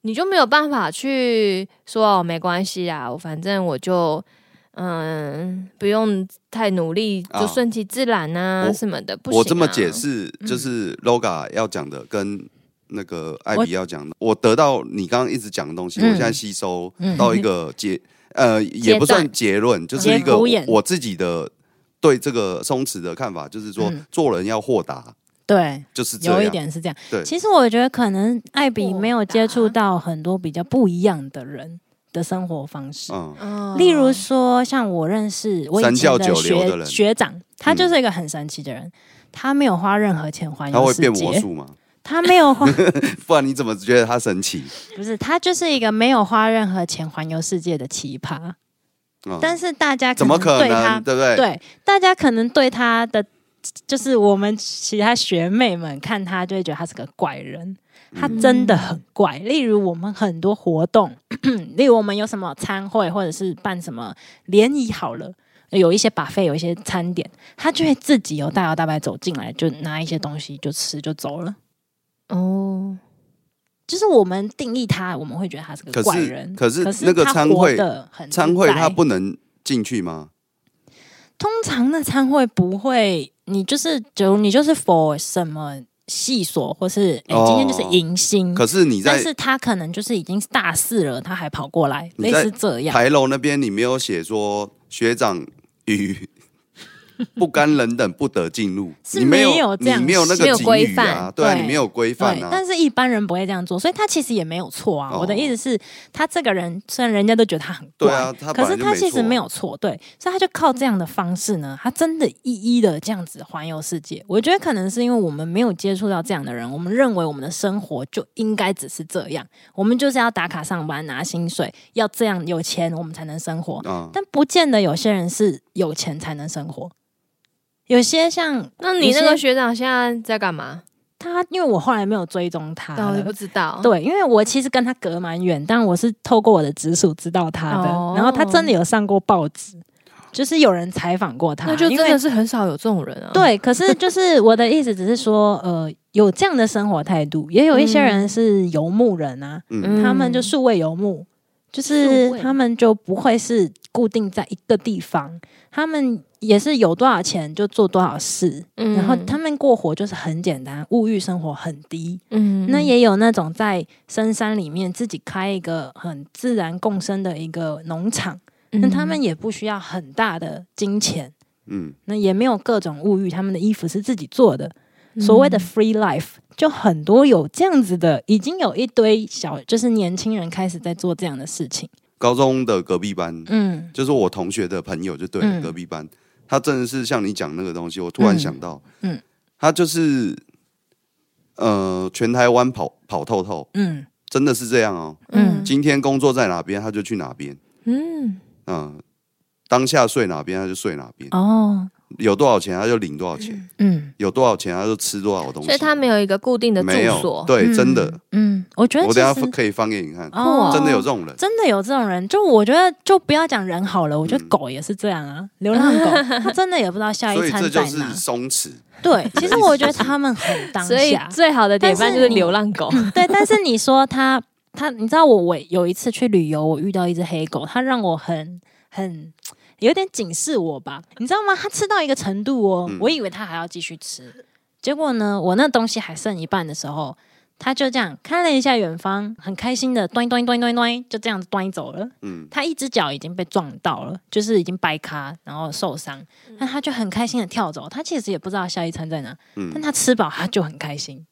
Speaker 3: 你就没有办法去说哦，没关系啊，我反正我就嗯不用太努力，
Speaker 2: 啊
Speaker 3: 就顺其自然啊
Speaker 2: 我
Speaker 3: 什么的。不行啊
Speaker 2: 我这么解，释，
Speaker 1: 嗯
Speaker 2: 就是 LOGA 要讲的跟那个艾比要讲的，我得到你刚刚一直讲的东西，
Speaker 1: 嗯
Speaker 2: 我现在吸收到一个结，呃，也不
Speaker 3: 阶段
Speaker 2: 算结论，就是一
Speaker 1: 节
Speaker 2: 个
Speaker 1: 骨眼
Speaker 2: 我自己的对这个松弛的看法，就是说
Speaker 1: 嗯
Speaker 2: 做人要豁达，
Speaker 1: 对，
Speaker 2: 就是这
Speaker 1: 有一
Speaker 2: 样。
Speaker 1: 点是这样。
Speaker 2: 对
Speaker 1: 其实我觉得可能艾比没有接触
Speaker 3: 豁达
Speaker 1: 到很多比较不一样的人的生活方式，
Speaker 2: 嗯，
Speaker 3: 嗯
Speaker 1: 例如说像我认识我以
Speaker 2: 三
Speaker 1: 前
Speaker 2: 教
Speaker 1: 的
Speaker 2: 九流
Speaker 1: 学
Speaker 2: 的人嗯
Speaker 1: 学长，他就是一个很神奇的人，他没有花任何钱环
Speaker 2: 他
Speaker 1: 游
Speaker 2: 会
Speaker 1: 世
Speaker 2: 变魔
Speaker 1: 界，
Speaker 2: 术吗？
Speaker 1: 他没有花，
Speaker 2: 不然你怎么觉得他神奇？
Speaker 1: 不是他就是一个没有花任何钱环游世界的奇葩。
Speaker 2: 嗯
Speaker 1: 但是大家
Speaker 2: 怎么
Speaker 1: 可能
Speaker 2: 可
Speaker 1: 对他
Speaker 2: 能？对不对？
Speaker 1: 对，大家可能对他的，就是我们其他学妹们看他就会觉得他是个怪人，他真的很怪。例如我们很多活动， 例如我们有什么餐会或者是办什么联谊好了。有一些把费，有一些餐点，他就会自己由大摇大摆走进来，就拿一些东西就吃就走了。
Speaker 3: 哦，
Speaker 1: 就是我们定义他，我们会觉得他是
Speaker 2: 可
Speaker 1: 个
Speaker 2: 是
Speaker 1: 怪人。
Speaker 2: 可是
Speaker 1: 可
Speaker 2: 那个
Speaker 1: 他
Speaker 2: 餐
Speaker 1: 活
Speaker 2: 会
Speaker 1: 得很自
Speaker 2: 参会
Speaker 1: 在
Speaker 2: 他不能进去吗？
Speaker 1: 通常的餐会不会，你就是就你就是 for 什么系所，或是哎、
Speaker 2: 哦
Speaker 1: 今天就是迎新，
Speaker 2: 可是你
Speaker 1: 但
Speaker 2: 在
Speaker 1: 是他可能就是已经大四了，他还跑过来，
Speaker 2: 你
Speaker 1: 类
Speaker 2: 在
Speaker 1: 似这样。
Speaker 2: 牌楼那边你没有写说学长 与不甘人等不得进入，
Speaker 1: 是
Speaker 2: 你没
Speaker 1: 没有这样
Speaker 2: 你没有那
Speaker 3: 没
Speaker 2: 个
Speaker 3: 有
Speaker 2: 警
Speaker 3: 规
Speaker 2: 语啊，
Speaker 3: 范
Speaker 2: 对啊，
Speaker 1: 对
Speaker 2: 你没有规范
Speaker 1: 对，
Speaker 2: 啊。
Speaker 1: 但是一般人不会这样做，所以他其实也没有错啊。
Speaker 2: 哦
Speaker 1: 我的意思是，他这个人虽然人家都觉得他很怪，
Speaker 2: 对啊他
Speaker 1: 可
Speaker 2: 本
Speaker 1: 是
Speaker 2: 来就
Speaker 1: 他其
Speaker 2: 没
Speaker 1: 实
Speaker 2: 错
Speaker 1: 没有错，对，所以他就靠这样的方式呢，他真的一一的这样子环游世界。我觉得可能是因为我们没有接触到这样的人，我们认为我们的生活就应该只是这样，我们就是要打卡上班拿薪水，要这样有钱我们才能生活。
Speaker 2: 啊，
Speaker 1: 但不见得有些人是有钱才能生活，有些像
Speaker 3: 那你
Speaker 1: 有些
Speaker 3: 那个学长现在在干嘛？
Speaker 1: 他，因为我后来没有追踪他
Speaker 3: 我
Speaker 2: 哦
Speaker 1: 了
Speaker 3: 也不知道。
Speaker 1: 对，因为我其实跟他隔蛮远，但我是透过我的直属知道他的。
Speaker 3: 哦
Speaker 1: 然后他真的有上过报纸，就是有人采访过他。
Speaker 3: 那就
Speaker 1: 因
Speaker 3: 真
Speaker 1: 为
Speaker 3: 的是很少有这种人啊。，
Speaker 1: 对，可是就是我的意思，只是说，呃，有这样的生活态度，也有一些人是游牧人啊，
Speaker 2: 嗯，
Speaker 1: 他们就数位游牧，就是
Speaker 3: 数位
Speaker 1: 他们就不会是固定在一个地方，他们也是有多少钱就做多少事，
Speaker 3: 嗯
Speaker 1: 然后他们过活就是很简单，物欲生活很低，
Speaker 3: 嗯
Speaker 1: 那也有那种在深山里面自己开一个很自然共生的一个农场，
Speaker 3: 嗯
Speaker 1: 那他们也不需要很大的金钱，
Speaker 2: 嗯，
Speaker 1: 那也没有各种物欲，他们的衣服是自己做的，所谓的 free life。就很多有这样子的，已经有一堆小，就是年轻人开始在做这样的事情。
Speaker 2: 高中的隔壁班，
Speaker 1: 嗯，
Speaker 2: 就是我同学的朋友，就对了
Speaker 1: 嗯
Speaker 2: 隔壁班，他真的是像你讲那个东西，我突然想到，
Speaker 1: 嗯嗯
Speaker 2: 他就是呃，全台湾跑跑透透，
Speaker 1: 嗯，
Speaker 2: 真的是这样哦。
Speaker 1: 嗯
Speaker 2: 今天工作在哪边，他就去哪边，
Speaker 3: 嗯
Speaker 2: 嗯，当下睡哪边他就睡哪边，
Speaker 1: 哦，
Speaker 2: 有多少钱他就领多少钱。
Speaker 1: 嗯，
Speaker 2: 有多少钱，他就吃多少东西。
Speaker 3: 所以他没有一个固定的住
Speaker 2: 没有
Speaker 3: 所，，
Speaker 2: 对，
Speaker 1: 嗯
Speaker 2: 哎真的，，
Speaker 1: 嗯，我觉得
Speaker 2: 我
Speaker 1: 其
Speaker 2: 等一下
Speaker 1: 实
Speaker 2: 可以放给你看，
Speaker 1: 哦
Speaker 2: 真的有这种人。
Speaker 1: 真的有这种人，就我觉得就不要讲人好了，我觉得狗也是这样啊，流浪狗 它真的也不知道下
Speaker 2: 嗯所
Speaker 1: 一
Speaker 2: 以
Speaker 1: 餐啊
Speaker 2: 这
Speaker 1: 在
Speaker 2: 就是
Speaker 1: 哪。
Speaker 2: 松弛，
Speaker 1: 对，其实我觉得他们很当
Speaker 3: 所以
Speaker 1: 下，
Speaker 3: 最好的典范就是
Speaker 1: 但是
Speaker 3: 流 浪狗。
Speaker 2: 嗯
Speaker 1: 对。但是你说他他，你知道我我有一次去旅游，我遇到一只黑狗，它让我很很有点警示我吧，你知道吗？它吃到一个程度哦，
Speaker 2: 嗯
Speaker 1: 我以为它还要继续吃，结果呢，我那东西还剩一半的时候。它就这样看了一下远方，很开心的端端端端端，就这样子端走了。
Speaker 2: 嗯，
Speaker 1: 他一只脚已经被撞到了，就是已经掰咖，然后受伤，那他就很开心的跳走。他其实也不知道下一餐在哪，
Speaker 2: 嗯
Speaker 1: 但他吃饱他就很开心。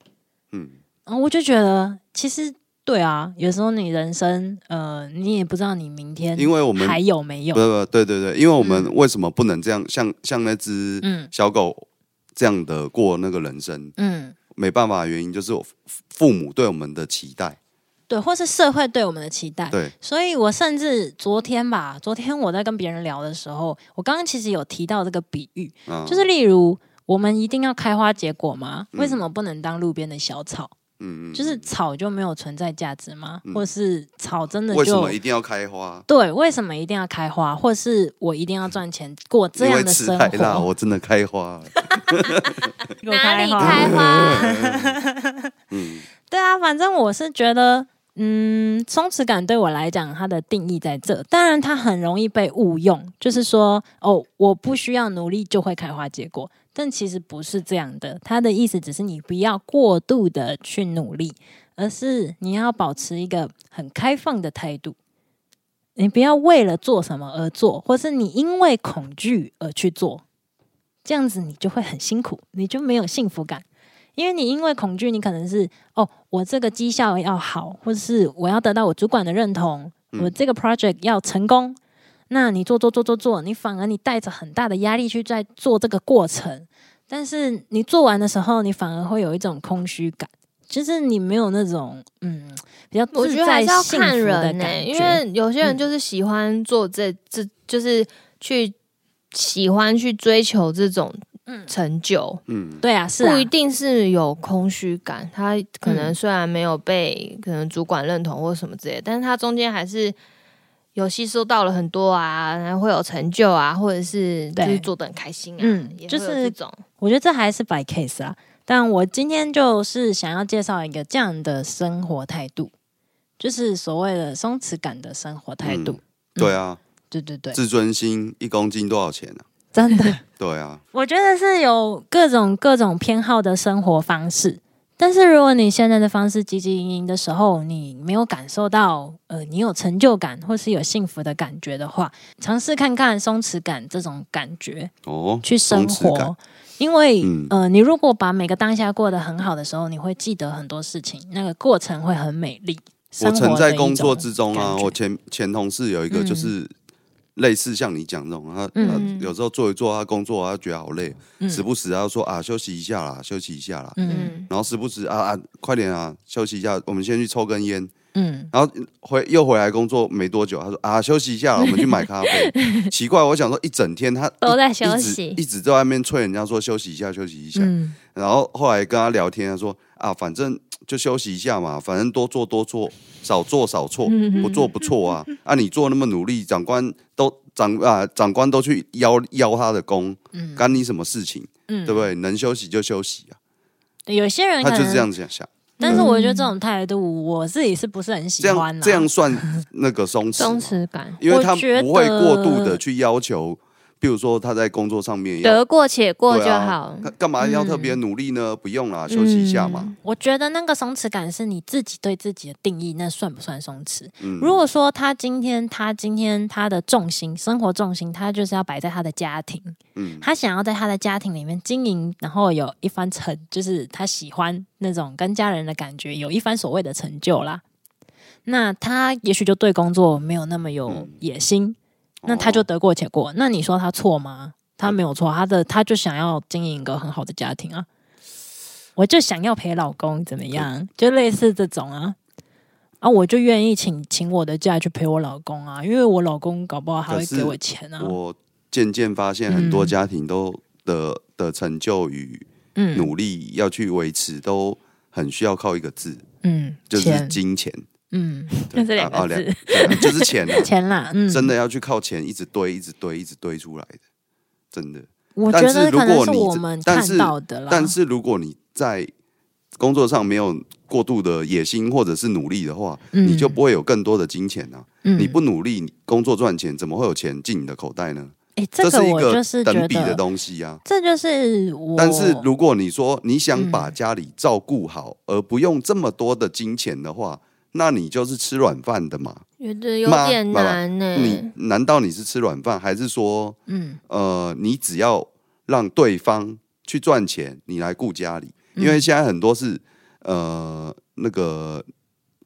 Speaker 2: 嗯，
Speaker 1: 然后我就觉得，其实对啊，有时候你人生，呃，你也不知道你明天
Speaker 2: 因为我们呃
Speaker 1: 还有没
Speaker 2: 不
Speaker 1: 有，
Speaker 2: 不对对对，因为我们为什么不能这样，像像那只
Speaker 1: 嗯
Speaker 2: 小狗这样的过那个人生？
Speaker 1: 嗯，
Speaker 2: 没办法，原因就是我父父母对我们的期待。
Speaker 1: 对，或是社会对我们的期待。
Speaker 2: 对，
Speaker 1: 所以我甚至昨天吧，昨天我在跟别人聊的时候，我刚刚其实有提到这个比喻，
Speaker 2: 嗯，
Speaker 1: 就是例如我们一定要开花结果吗？为什么不能当路边的小草？
Speaker 2: 嗯嗯，
Speaker 1: 就是草就没有存在价值吗？
Speaker 2: 嗯
Speaker 1: 或是草真的
Speaker 2: 为什
Speaker 1: 就
Speaker 2: 么一定要开花？
Speaker 1: 对？为什么一定要开花？或是我一定要赚钱过这
Speaker 2: 因为
Speaker 1: 样的
Speaker 2: 吃
Speaker 1: 生
Speaker 2: 太辣，
Speaker 1: 活？
Speaker 2: 我真的开花了。
Speaker 1: 给我花
Speaker 3: 花？
Speaker 2: 嗯，
Speaker 1: 对啊，反正我是觉得嗯，松弛感对我来讲，它的定义在这。当然，它很容易被误用，就是说，哦，我不需要努力就会开花结果，但其实不是这样的。它的意思只是你不要过度的去努力，而是你要保持一个很开放的态度。你不要为了做什么而做，或是你因为恐惧而去做，这样子你就会很辛苦，你就没有幸福感。因为你因为恐惧，你可能是哦，我这个绩效要好，或是我要得到我主管的认同，我这个 project 要成功。那你做做做做做，你反而你带着很大的压力去在做这个过程，但是你做完的时候，你反而会有一种空虚感，就是你没有那种嗯比较
Speaker 3: 我
Speaker 1: 自
Speaker 3: 觉得
Speaker 1: 在
Speaker 3: 还是要
Speaker 1: 幸
Speaker 3: 看
Speaker 1: 福的
Speaker 3: 人
Speaker 1: 感
Speaker 3: 呢、
Speaker 1: 觉，
Speaker 3: 因为有些人就是喜欢做这、这，就是去喜欢去追求这种
Speaker 1: 嗯
Speaker 3: 成就，
Speaker 2: 嗯，
Speaker 1: 对啊，是啊
Speaker 3: 不一定是有空虚感。他可能
Speaker 1: 嗯
Speaker 3: 虽然没有被可能主管认同或什么之类的，但是他中间还是有吸收到了很多啊，然后会有成就啊，或者是就是
Speaker 1: 对
Speaker 3: 做的很开心啊，
Speaker 1: 嗯
Speaker 3: 也会有
Speaker 1: 就是
Speaker 3: 这种
Speaker 1: 我觉得这还是 by case 啊。但我今天就是想要介绍一个这样的生活态度，就是所谓的松弛感的生活态度。
Speaker 2: 嗯对啊，
Speaker 1: 对对对，
Speaker 2: 自尊心一公斤多少钱啊？
Speaker 1: 真的，
Speaker 2: 对啊，
Speaker 1: 我觉得是有各种各种偏好的生活方式。但是如果你现在的方式汲汲营营的时候，你没有感受到呃你有成就感或是有幸福的感觉的话，尝试看看松弛感这种感觉，
Speaker 2: 哦，
Speaker 1: 去生
Speaker 2: 松弛感
Speaker 1: 活。因为、
Speaker 2: 嗯
Speaker 1: 呃，你如果把每个当下过得很好的时候，你会记得很多事情，那个过程会很美丽。
Speaker 2: 我
Speaker 1: 生
Speaker 2: 曾
Speaker 1: 活
Speaker 2: 在
Speaker 1: 的一
Speaker 2: 工作
Speaker 1: 种
Speaker 2: 之中啊，
Speaker 1: 感觉
Speaker 2: 我前前同事有一个
Speaker 1: 嗯
Speaker 2: 就是类似像你讲这种，他他
Speaker 1: 嗯
Speaker 2: 有时候做一做他工作，他觉得好累，
Speaker 1: 嗯
Speaker 2: 时不时他就说啊休息一下啦，休息一下啦，
Speaker 1: 嗯
Speaker 3: 嗯
Speaker 2: 然后时不时啊啊快点啊休息一下，我们先去抽根烟，
Speaker 1: 嗯
Speaker 2: 然后回又回来工作没多久，他说啊休息一下啦，我们去买 咖啡。奇怪，我想说一整天他
Speaker 3: 都
Speaker 1: 哦
Speaker 2: 一
Speaker 3: 在休
Speaker 2: 一直
Speaker 3: 息
Speaker 2: 一直在外面催人家说休息一下，休息一下，
Speaker 1: 嗯
Speaker 2: 然后后来跟他聊天，他说啊，反正就休息一下嘛，反正多做多错，少做少错，
Speaker 1: 嗯
Speaker 2: 不做不 错啊。啊，你做那么努力，长官都长啊，长官都去邀邀他的功，
Speaker 1: 嗯
Speaker 2: 干你什么事情？
Speaker 1: 嗯，
Speaker 2: 对不对？能休息就休息啊。
Speaker 1: 对？有些人
Speaker 2: 他
Speaker 1: 可
Speaker 2: 就是
Speaker 1: 能啊
Speaker 2: 这样想想，
Speaker 1: 但是我觉得这种态度，我自己是不是很喜
Speaker 2: 这
Speaker 1: 欢、
Speaker 2: 样
Speaker 1: 啊？
Speaker 2: 这样 算那个松弛
Speaker 3: 松
Speaker 2: 吗，
Speaker 3: 弛感，
Speaker 2: 因为他
Speaker 1: 我觉得
Speaker 2: 不会过度的去要求，比如说他在工作上面要
Speaker 3: 得过且过就
Speaker 2: 对啊
Speaker 3: 好。嗯
Speaker 2: 他干嘛要特别努力呢？不用
Speaker 1: 嗯
Speaker 2: 啦，休息一下嘛。
Speaker 1: 我觉得那个松弛感是你自己对自己的定义，那算不算松弛？
Speaker 2: 嗯，
Speaker 1: 如果说他今天他今天他的重心，生活重心，他就是要摆在他的家庭，
Speaker 2: 嗯
Speaker 1: 他想要在他的家庭里面经营，然后有一番成，就是他喜欢那种跟家人的感觉，有一番所谓的成就啦。那他也许就对工作没有那么有野心，那他就
Speaker 2: 嗯哦
Speaker 1: 得过且过。那你说他错吗？他没有错，他的他就想要经营一个很好的家庭啊。我就想要陪老公怎么样，就类似这种啊啊，我就愿意请请我的假去陪我老公啊，因为我老公搞不好还
Speaker 2: 可
Speaker 1: 会
Speaker 2: 是
Speaker 1: 给我钱啊。
Speaker 2: 我渐渐发现，很多
Speaker 1: 嗯
Speaker 2: 家庭都的、的成就与
Speaker 1: 嗯
Speaker 2: 努力要去维持，都很需要靠一个字，
Speaker 1: 嗯，
Speaker 2: 就是
Speaker 1: 钱
Speaker 2: 金钱。
Speaker 1: 嗯，
Speaker 2: 对
Speaker 3: 这两个
Speaker 2: 啊啊
Speaker 3: 字
Speaker 2: 两对啊就是钱 啊
Speaker 1: 钱啦，嗯，
Speaker 2: 真的要去靠钱一直堆，一直堆，一直堆出来的，真的。
Speaker 1: 嗯我
Speaker 2: 但
Speaker 1: 觉
Speaker 2: 是
Speaker 1: 得
Speaker 2: 如
Speaker 1: 可能
Speaker 2: 果
Speaker 1: 是
Speaker 2: 你
Speaker 1: 我
Speaker 2: 这
Speaker 1: 们
Speaker 2: 但
Speaker 1: 看
Speaker 2: 是
Speaker 1: 到的啦。
Speaker 2: 但是如果你在工作上没有过度的野心或者是努力的话，
Speaker 1: 嗯
Speaker 2: 你就不会有更多的金钱啊！
Speaker 1: 嗯
Speaker 2: 你不努力，你工作赚钱，怎么会有钱进你的口袋呢？
Speaker 1: 哎，这
Speaker 2: 是
Speaker 1: 个
Speaker 2: 一
Speaker 1: 我
Speaker 2: 个
Speaker 1: 就是
Speaker 2: 等
Speaker 1: 觉
Speaker 2: 比的
Speaker 1: 得，
Speaker 2: 东西啊。
Speaker 1: 这就是我。
Speaker 2: 但是如果你说你想把
Speaker 1: 嗯
Speaker 2: 家里照顾好，而不用这么多的金钱的话，那你就是吃软饭的嘛？
Speaker 3: 觉得有
Speaker 2: 妈
Speaker 3: 点
Speaker 2: 妈妈
Speaker 3: 难呢、
Speaker 2: 你难道你是吃软饭，还是说，
Speaker 1: 嗯
Speaker 2: 呃，你只要让对方去赚钱，你来顾家里？
Speaker 1: 嗯
Speaker 2: 因为现在很多是，呃，那个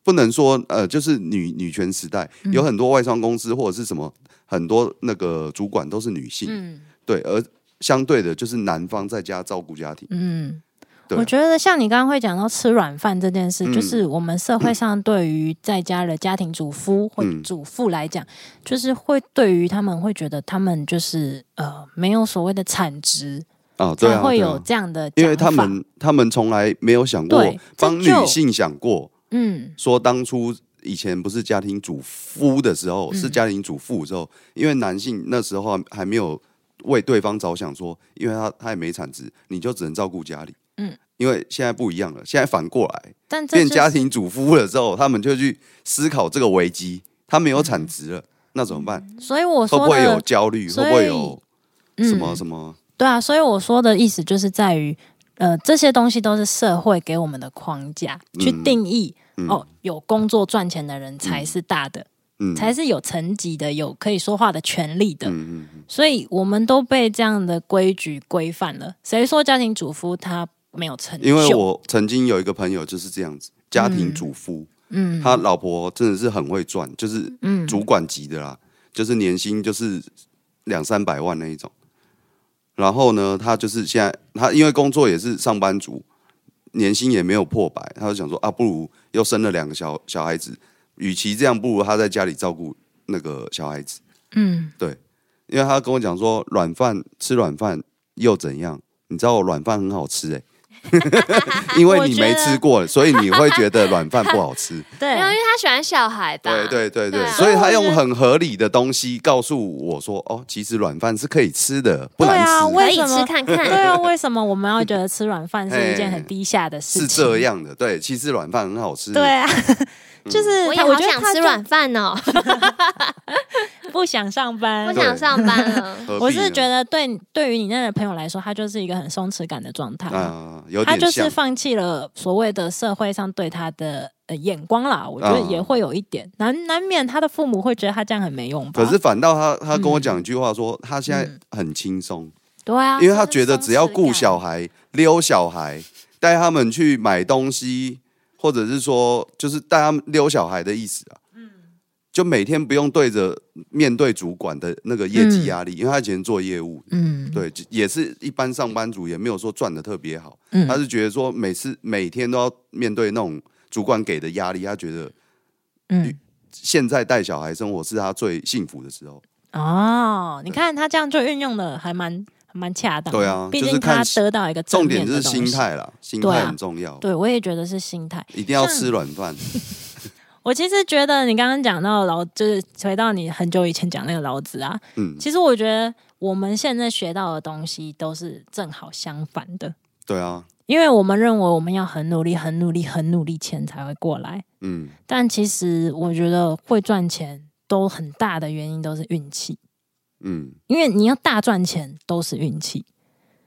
Speaker 2: 不能说，呃，就是女女权时代，
Speaker 1: 嗯
Speaker 2: 有很多外商公司或者是什么，很多那个主管都是女性，
Speaker 1: 嗯
Speaker 2: 对，而相对的就是男方在家照顾家庭。
Speaker 1: 嗯，
Speaker 2: 对啊
Speaker 1: 我觉得像你刚刚会讲到吃软饭这件事，
Speaker 2: 嗯
Speaker 1: 就是我们社会上对于在家的家庭主夫或
Speaker 2: 嗯
Speaker 1: 主妇来讲，就是会对于他们会觉得他们就是呃没有所谓的产值，
Speaker 2: 啊，对
Speaker 1: 才
Speaker 2: 啊，
Speaker 1: 会
Speaker 2: 对
Speaker 1: 有
Speaker 2: 啊
Speaker 1: 这样的讲法。
Speaker 2: 因为他们他们从来没有想过
Speaker 1: 对
Speaker 2: 帮
Speaker 1: 这
Speaker 2: 女
Speaker 1: 就
Speaker 2: 性想过，
Speaker 1: 嗯
Speaker 2: 说当初以前不是家庭主夫的时候，
Speaker 1: 嗯
Speaker 2: 是家庭主妇的时候，因为男性那时候还没有为对方着想说因为他他也没产值，你就只能照顾家里，
Speaker 1: 嗯，
Speaker 2: 因为现在不一样了，现在反过来
Speaker 1: 但这、
Speaker 2: 变
Speaker 1: 就是、
Speaker 2: 家庭主夫了之后，他们就去思考这个危机，他没有产值了，那怎么办？
Speaker 1: 所以嗯我
Speaker 2: 会
Speaker 1: 说
Speaker 2: 不
Speaker 1: 的
Speaker 2: 会有焦虑？会
Speaker 1: 所以
Speaker 2: 不会有什么
Speaker 1: 嗯？
Speaker 2: 什么？
Speaker 1: 对啊，所以我说的意思就是在于，呃，这些东西都是社会给我们的框架去
Speaker 2: 嗯
Speaker 1: 定义。
Speaker 2: 嗯
Speaker 1: 哦，有工作赚钱的人才是大的，
Speaker 2: 嗯
Speaker 1: 才是有层级的，有可以说话的权利的。
Speaker 2: 嗯嗯嗯
Speaker 1: 所以我们都被这样的规矩规范了。谁说家庭主妇她没有成就？
Speaker 2: 因为我曾经有一个朋友就是这样子，家庭主妇，
Speaker 1: 嗯
Speaker 2: 他老婆真的是很会赚，就是
Speaker 1: 嗯
Speaker 2: 主管级的啦，就是年薪就是两三百万那一种。然后呢，他就是现在他因为工作也是上班族，年薪也没有破百，他就想说啊，不如又生了两个小小孩子，与其这样，不如他在家里照顾那个小孩子。
Speaker 1: 嗯
Speaker 2: 因为他跟我讲说，软饭吃软饭又怎样？你知道软饭很 好吃哎、因为你没吃过，所以你会觉得软饭不好 吃。
Speaker 3: 没 有，因
Speaker 1: 对啊
Speaker 3: 为他喜欢小孩吧？
Speaker 2: 对对对
Speaker 3: 对
Speaker 2: 对，
Speaker 3: 啊
Speaker 2: 所以他用很合理的东西告诉我说，哦，其实软饭是可以吃的，不难
Speaker 1: 对啊
Speaker 2: 吃，
Speaker 1: 为
Speaker 3: 可以
Speaker 1: 什么
Speaker 3: 吃看
Speaker 1: 对
Speaker 3: 看。
Speaker 1: 啊，为什么我们要觉得吃软饭是一件很低下的事
Speaker 2: 哎是
Speaker 1: 情？
Speaker 2: 这，样的。对，其实软饭很好吃。
Speaker 1: 对啊， 就是
Speaker 3: 嗯我也
Speaker 1: 他
Speaker 3: 好
Speaker 1: 觉得
Speaker 3: 想
Speaker 1: 他
Speaker 3: 吃
Speaker 1: 就
Speaker 3: 软饭哦，
Speaker 1: 不想上
Speaker 3: 我
Speaker 1: 班。
Speaker 3: 想上班哦了。
Speaker 2: 何必呢，
Speaker 1: 我是觉得对对于你那个朋友来说，他就是一个很松弛感的状态。
Speaker 2: 啊，有
Speaker 1: 他就
Speaker 2: 点
Speaker 1: 是
Speaker 2: 像，
Speaker 1: 放弃了所谓的社会上对他的呃眼光啦，我觉得
Speaker 2: 啊
Speaker 1: 也会有一点、难难免他的父母会觉得他这样很没用吧。
Speaker 2: 可是反倒他他
Speaker 1: 嗯
Speaker 2: 跟我讲一句话说，他现在很轻松，
Speaker 1: 对啊，
Speaker 2: 因为他觉得只要顾小
Speaker 1: 孩，
Speaker 2: 孩、溜小孩、带他们去买东西，或者是说就是带他们溜小孩的意思啊。
Speaker 1: 嗯
Speaker 2: 就每天不用对着面对主管的那个业绩压力，因为他以前做业务，
Speaker 1: 嗯，
Speaker 2: 对，就也是一般上班族，也没有说赚的特别好。
Speaker 1: 嗯
Speaker 2: 他是觉得说每次每天都要面对那种主管给的压力，他觉得
Speaker 1: 嗯
Speaker 2: 现在带小孩生活是他最幸福的时候。
Speaker 1: 哦，你看他这样就运用的还蛮还蛮恰当的，
Speaker 2: 对啊
Speaker 1: 毕
Speaker 2: 就是
Speaker 1: 竟他
Speaker 2: 看
Speaker 1: 得到一个正
Speaker 2: 重
Speaker 1: 面
Speaker 2: 点
Speaker 1: 的
Speaker 2: 是
Speaker 1: 东
Speaker 2: 心
Speaker 1: 西，
Speaker 2: 态啦，心
Speaker 1: 对
Speaker 2: 态
Speaker 1: 啊
Speaker 2: 很重要，
Speaker 1: 对我也觉得是心态。
Speaker 2: 一定要
Speaker 1: 像
Speaker 2: 吃软饭。
Speaker 1: 我其实觉得你刚刚讲到老，就是回到你很久以前讲那个老子啊，
Speaker 2: 嗯，
Speaker 1: 其实我觉得我们现在学到的东西都是正好相反的。
Speaker 2: 对啊，
Speaker 1: 因为我们认为我们要很努力、很努力、很努力，钱才会过来。
Speaker 2: 嗯，
Speaker 1: 但其实我觉得会赚钱都很大的原因都是运气，
Speaker 2: 嗯
Speaker 1: 因为你要大赚钱都是运气，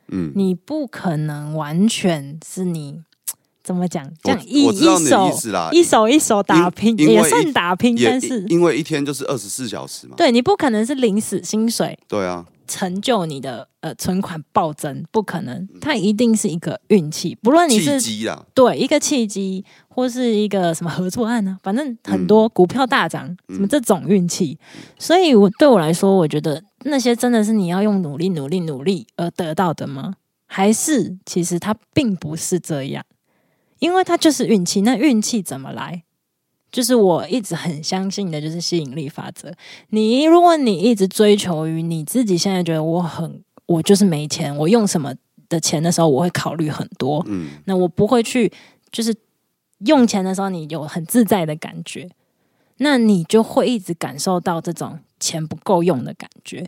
Speaker 2: 嗯，
Speaker 1: 你不可能完全是你怎么讲，这
Speaker 2: 我
Speaker 1: 样一
Speaker 2: 我知道
Speaker 1: 一
Speaker 2: 你的
Speaker 1: 手
Speaker 2: 意思啦，
Speaker 1: 一手一手打拼，
Speaker 2: 因因为
Speaker 1: 也算打拼，
Speaker 2: 也
Speaker 1: 但是
Speaker 2: 因为一天就是二十四小时嘛，
Speaker 1: 对你不可能是领死薪水
Speaker 2: 对啊，
Speaker 1: 成就你的呃存款暴增，不可能，它一定是一个运气，不论你
Speaker 2: 契
Speaker 1: 是
Speaker 2: 机啦，
Speaker 1: 对一个契机，或是一个什么合作案呢、啊反正很多股票大涨，什么这种运气。所以我对我来说，我觉得那些真的是你要用努力、努力、努力而得到的吗？还是其实它并不是这样，因为它就是运气。那运气怎么来？就是我一直很相信的，就是吸引力法则。你如果你一直追求于你自己现在觉得我很，我就是没钱，我用什么的钱的时候，我会考虑很多。
Speaker 2: 嗯
Speaker 1: 那我不会去，就是用钱的时候，你有很自在的感觉，那你就会一直感受到这种钱不够用的感觉。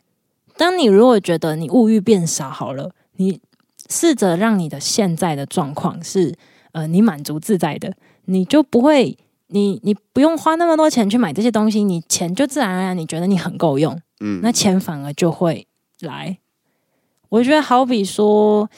Speaker 1: 当你如果觉得你物欲变少好了，你试着让你的现在的状况是，呃，你满足自在的，你就不会，你你不用花那么多钱去买这些东西，你钱就自然而然你觉得你很够用，
Speaker 2: 嗯，
Speaker 1: 那钱反而就会来。我觉得好比说，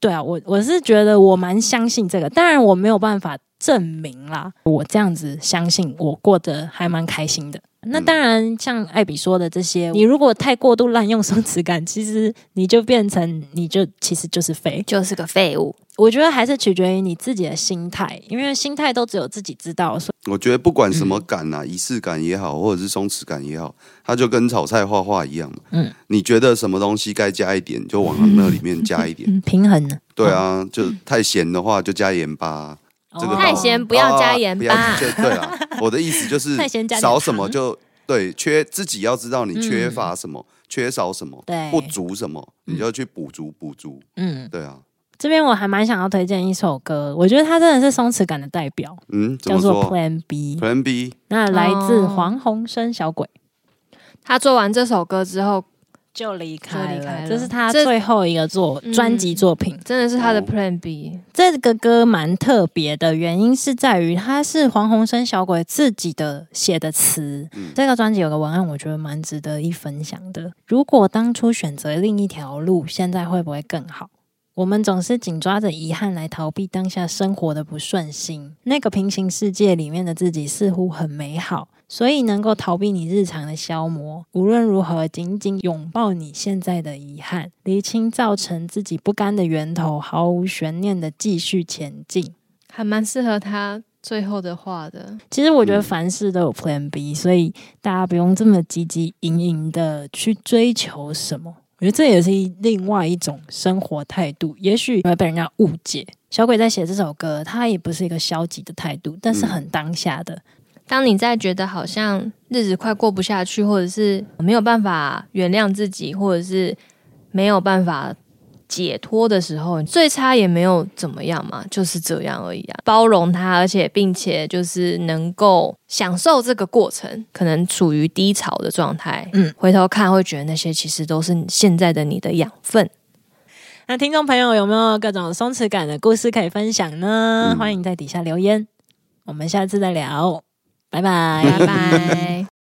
Speaker 1: 对啊，我我是觉得我蛮相信这个，当然我没有办法证明啦，我这样子相信我过得还蛮开心的。那
Speaker 2: 嗯
Speaker 1: 当然，像艾比说的这些，你如果太过度滥用松弛感，其实你就变成你就其实就是废。
Speaker 3: 就是个废物，
Speaker 1: 我觉得还是取决于你自己的心态，因为心态都只有自己知道。所
Speaker 2: 我觉得不管什么
Speaker 1: 嗯
Speaker 2: 感啊，仪式感也好，或者是松弛感也好，它就跟炒菜画画一样嘛。
Speaker 1: 嗯
Speaker 2: 嗯，你觉得什么东西该加一点，就往那里面加一
Speaker 1: 以，
Speaker 2: 点。
Speaker 1: 嗯，平衡呢？
Speaker 2: 对
Speaker 1: 嗯
Speaker 2: 啊，就太咸的话就加盐巴啊，这个
Speaker 1: 哦
Speaker 2: 道理
Speaker 3: 太咸不要加盐
Speaker 2: 啊不
Speaker 3: 巴
Speaker 2: 要就对啦，我的意思 就是
Speaker 1: 太咸加点
Speaker 2: 少什么
Speaker 1: 糖
Speaker 2: 就对，缺自己要知道你缺乏什么，缺少什么，
Speaker 1: 对
Speaker 2: 不足什么，你就去补足补足。
Speaker 1: 嗯，
Speaker 2: 对啊，
Speaker 1: 这边我还蛮想要推荐一首歌，我觉得它真的是松弛感的代表，
Speaker 2: 嗯，怎
Speaker 1: 叫
Speaker 2: 么
Speaker 1: 做
Speaker 2: 说
Speaker 1: Plan B。
Speaker 2: ？Plan B，
Speaker 1: 那来自
Speaker 3: 哦
Speaker 1: 黄鸿升小鬼，
Speaker 3: 他做完这首歌之后，
Speaker 1: 就离开
Speaker 3: 就离开
Speaker 1: 了，
Speaker 3: 了
Speaker 1: 这是他
Speaker 3: 这
Speaker 1: 最后一个作
Speaker 3: 嗯
Speaker 1: 专辑作品。
Speaker 3: 真的是他的
Speaker 2: 哦
Speaker 3: Plan B，
Speaker 1: 这个歌蛮特别的原因是在于它是黄鸿升小鬼自己的写的词。
Speaker 2: 嗯
Speaker 1: 这个专辑有个文案，我觉得蛮值得一分享的。如果当初选择另一条路，现在会不会更好？我们总是紧抓着遗憾来逃避当下生活的不顺心。那个平行世界里面的自己似乎很美好，所以能够逃避你日常的消磨。无论如何，紧紧拥抱你现在的遗憾，厘清造成自己不甘的源头，毫无悬念的继续前进。
Speaker 3: 还蛮适合他最后的话的。
Speaker 1: 其实我觉得
Speaker 2: 嗯
Speaker 1: 凡事都有 Plan B，所以大家不用这么积极营营的去追求什么。我觉得这也是一另外一种生活态度，也许会被人家误解。小鬼在写这首歌，他也不是一个消极的态度，但是
Speaker 2: 嗯
Speaker 1: 很当下的。
Speaker 3: 当你在觉得好像日子快过不下去，或者是没有办法原谅自己，或者是没有办法解脱的时候，最差也没有怎么样嘛，就是这样而已啊。包容它，而且并且就是能够享受这个过程，可能处于低潮的状态，
Speaker 1: 嗯，
Speaker 3: 回头看会觉得那些其实都是你现在的你的养分。
Speaker 1: 那听众朋友有没有各种松弛感的故事可以分享呢？
Speaker 2: 嗯
Speaker 1: 欢迎在底下留言，我们下次再聊，拜拜，
Speaker 3: 拜。拜。